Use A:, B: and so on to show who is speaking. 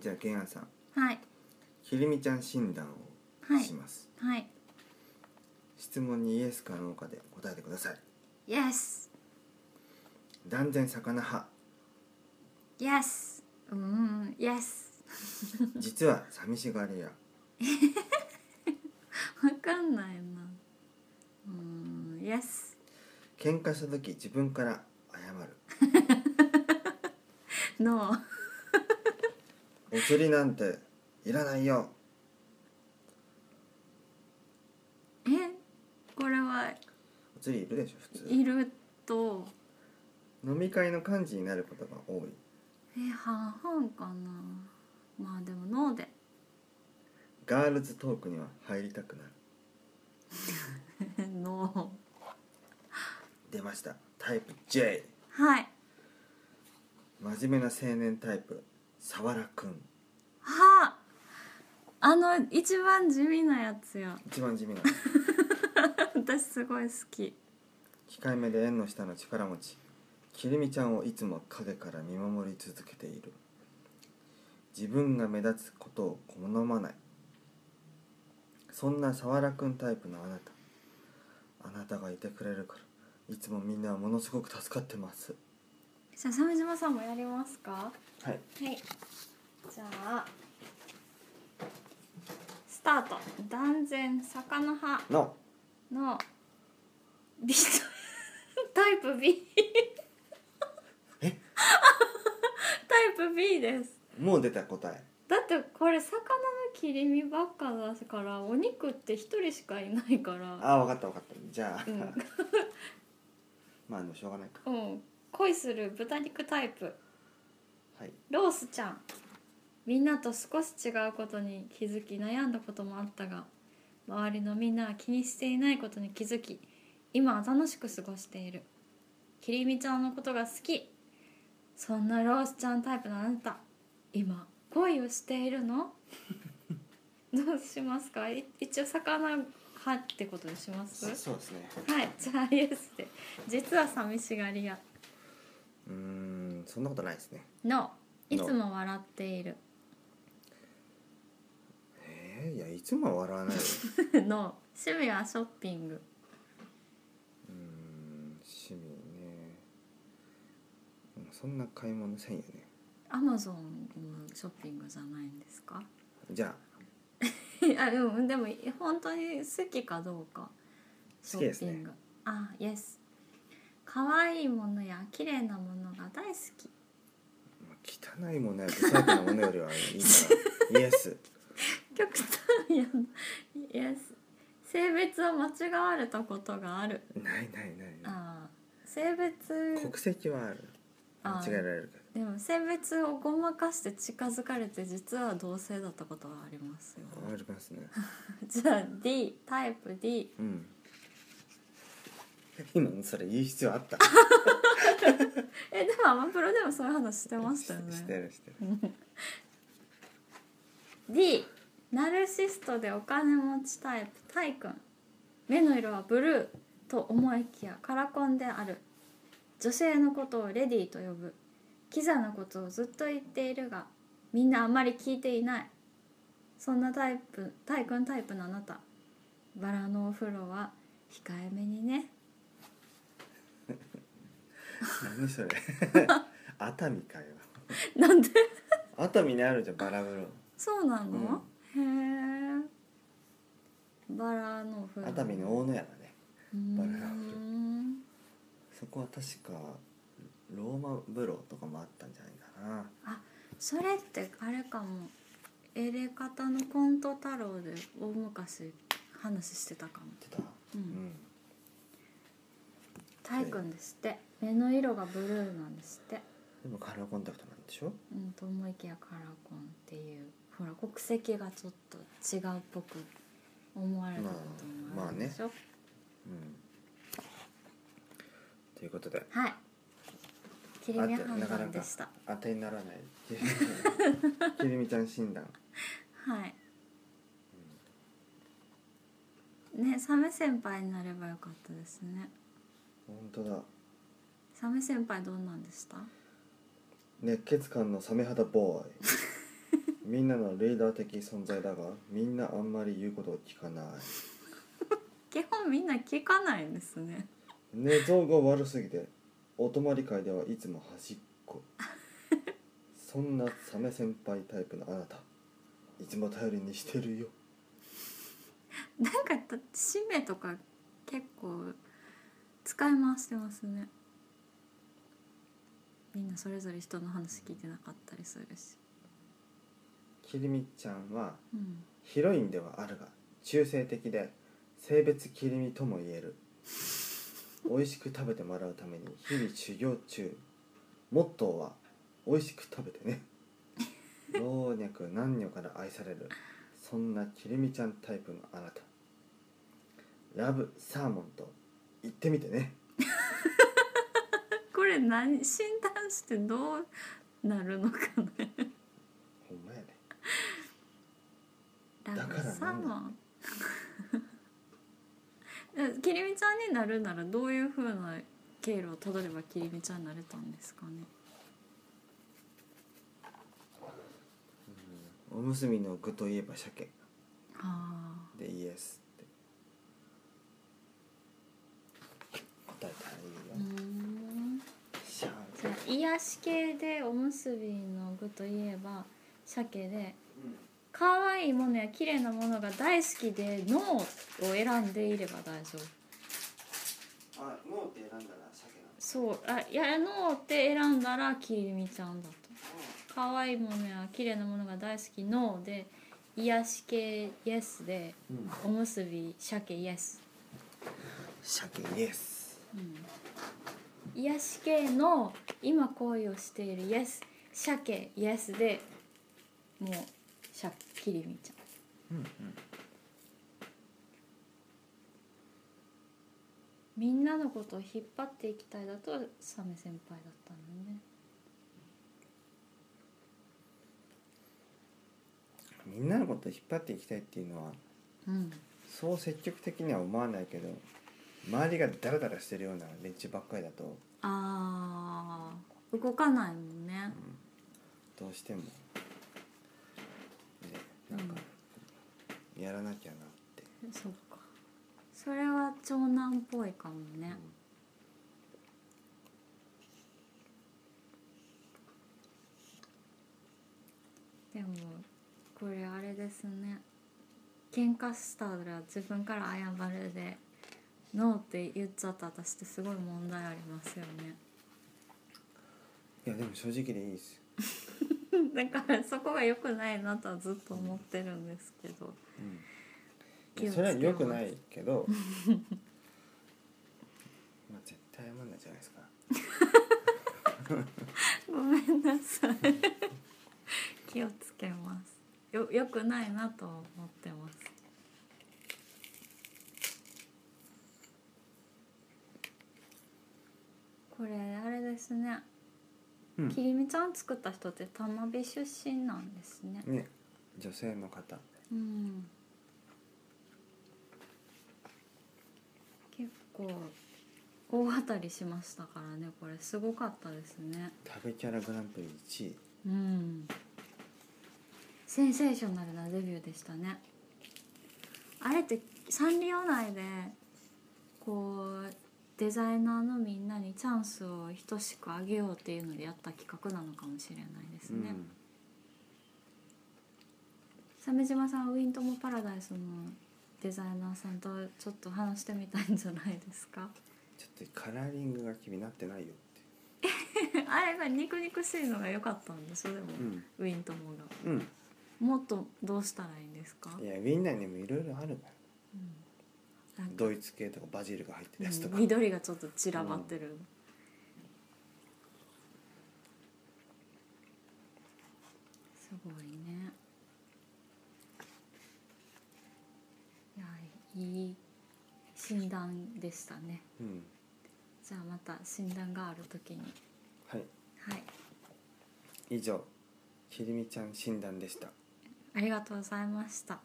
A: じゃあケンアンさん
B: はい
A: ひるみちゃん診断を
B: はい
A: します、
B: はい
A: 質問にイエスかノーかで答えてください
B: Yes
A: 断然魚派
B: Yes うーん Yes
A: 実は寂しがり屋
B: わかんないなうーん Yes
A: 喧嘩した時自分から謝る
B: No
A: お釣りなんていらないよ
B: えこれは
A: お釣りいるでしょ普通
B: いると
A: 飲み会の幹事になることが多い
B: え半々かなまあでもノー で
A: ガールズトークには入りたくなる
B: ノ
A: 出ましたタイプ J
B: ーはい
A: 真面目な青年タイプさわらくん
B: はああの一番地味なやつや
A: 一番地味な
B: 私すごい好き
A: 控えめで縁の下の力持ちきるみちゃんをいつも陰から見守り続けている自分が目立つことを好まないそんなさわらくんタイプのあなたあなたがいてくれるからいつもみんなはものすごく助かってます
B: じゃあ鮫島さんもやりますか
A: はい
B: はい。じゃあ。スタート。断然魚派
A: の
B: の。ビート。 タイプ B。
A: え
B: タイプ B です。
A: もう出た答え
B: だってこれ魚の切り身ばっかだからお肉って一人しかいないから
A: ああ分かった分かったじゃあ、
B: うん
A: まあでもしょうがないか
B: うん恋する豚肉タイプ
A: はい
B: ロースちゃんみんなと少し違うことに気づき悩んだこともあったが周りのみんなは気にしていないことに気づき今は楽しく過ごしているきりみちゃんのことが好きそんなロースちゃんタイプのあなた今恋をしているのどうしますかい一応魚派ってことにしますは
A: そうですね
B: いじゃあイエスで実は寂しがり屋
A: うーんそんなことないですね
B: のい
A: No
B: つも笑っている
A: えー、いやいつもは笑わないよ
B: の趣味はショッピング
A: うーん趣味ねでもそんな買い物せんよね
B: アマゾンのショッピングじゃないんですか
A: じゃ
B: あでもでも本当に好きかどうかシ
A: 好
B: ョ
A: きで
B: ッ
A: す
B: ピ
A: ね
B: ング、あイエス可愛いものや綺麗なものが大好き
A: あまあ汚いものや不細工なものよりはいいからイエス
B: 極端やなイエス性別を間違われたことがある
A: ないないない
B: あー性別
A: 国籍はある間
B: あ
A: 違
B: ー
A: えられるけど
B: でも性別をごまかして近づかれて実は同性だったことはありますよ
A: ありますね
B: じゃあ D タイプ D
A: うん今のそれ言う必要あった
B: えでもアマプロでもそういう話してましたよ
A: しし
B: ね
A: てるしてる
B: D ナルシストでお金持ちタイプタイ君目の色はブルーと思いきやカラコンである女性のことをレディーと呼ぶキザなことをずっと言っているがみんなあまり聞いていないそんなタイプタイ君タイプのあなたバラのお風呂は控えめにね
A: 何それ 熱海かよ
B: なんで
A: 熱海にあるじゃんバラ風
B: そうなの、へえバラのお風
A: 呂
B: 呂
A: 熱海の大野屋だねバラのお風呂
B: うーん
A: そこは確かローマ風呂とかもあったんじゃないかな
B: それってあれかもエレカタのコント太郎で大昔話してたかも
A: 言ってた
B: う
A: うんん
B: タイ君ですって目の色がブルーなんですって
A: でもカラーコンタクトなんでしょ
B: うんと思いきやカラコンっていうほら国籍がちょっと違うっぽく思われたこともあるでしょ、
A: うんということで
B: はい切り
A: あ
B: 目
A: て
B: 判
A: なかな
B: 断
A: か
B: でした
A: 当てにならないきりみちゃん診断
B: はいねサメ先輩になればよかったですね
A: 本当だ
B: サメ先輩どんなんでした
A: 熱血感のサメ肌ボーイなのレーダー的存在だがみんなあんまり言うことを聞かない
B: 基本みんな聞かないんですね
A: 寝相が悪すぎてお泊まり会ではいつも端っこそんなサメ先輩タイプのあなたいつも頼りにしてるよ
B: なんかだって使命とか結構使い回してますねみんなそれぞれ人の話聞いてなかったりするし
A: きりみちゃんは
B: うん
A: ヒロインではあるが中性的で性別切り身とも言える美味しく食べてもらうために日々修行中モットーは「美味しく食べてね」老若男女から愛されるそんなきりみちゃんタイプのあなたラブサーモンと言ってみてね
B: これ何診断してどうなるのかね
A: ほんまやね
B: ラ
A: だ
B: ブ
A: からなんだ
B: サーモンえ キリミちゃんになるならどういう風な経路をたどればキリミちゃんになれたんですかね
A: おむすびの具といえば鮭
B: あ
A: でイエスって答えたらいいよ、
B: あうん
A: シャー
B: じゃあ癒し系でおむすびの具といえば鮭で可愛いものや綺麗なものが大好きで脳を選んでいれば大丈夫
A: あ、ノーって選んだら鮭なんです。
B: そうあいや脳って選んだらきりみちゃんだと可愛いものや綺麗なものが大好き脳で癒し系イエスで
A: うん。
B: おむすび鮭イエス、
A: 鮭イエス。
B: うん、癒し系の今恋をしているイエス鮭イエスでもうシャキリミちゃん
A: うんうん。
B: みんなのことを引っ張っていきたいだとサメ先輩だったのね
A: みんなのこと引っ張っていきたいっていうのは、
B: うん
A: そう積極的には思わないけど、周りがダラダラしてるような連中ばっかりだと、
B: あー動かないもんね
A: どうしても、ね、なんか、やらなきゃなって。
B: そっかそれは長男っぽいかもねでもこれあれですね喧嘩したら自分から謝るで「ノー」って言っちゃった私ってすごい問題ありますよね
A: いや、でも正直でいいです。
B: だからそこが良くないなとはずっと思ってるんですけど
A: うん。いやそれは良くないけど、まあ絶対謝んないじゃないですか。
B: ごめんなさい 気をつけますよ良くないなと思ってますこれあれですね
A: うん
B: きりみちゃん作った人って多摩美出身なんですね
A: ね、女性の方。
B: うん結構大当たりしましたからねこれすごかったですね
A: 食べキャラグランプリ1位
B: うんセンセーショナルなデビューでしたねあれってサンリオ内でこうデザイナーのみんなにチャンスを等しくあげようっていうのでやった企画なのかもしれないですね、鮫島さんはウィントモパラダイスのデザイナーさんとちょっと話してみたいんじゃないですか
A: ちょっとカラーリングが気になってないよって
B: あれが肉肉しいのが良かったんでしょでも、
A: ん
B: ウィントモが
A: うん
B: もっとどうしたらいいんですか
A: いやウィンナーにもいろいろあるから
B: なんか
A: ドイツ系とかバジルが入ってるやつとか、
B: うん緑がちょっと散らばってる、すごいねいやいい診断でしたね
A: うん
B: じゃあまた診断がある時に
A: はい
B: はい
A: 以上きりみちゃん診断でした
B: ありがとうございました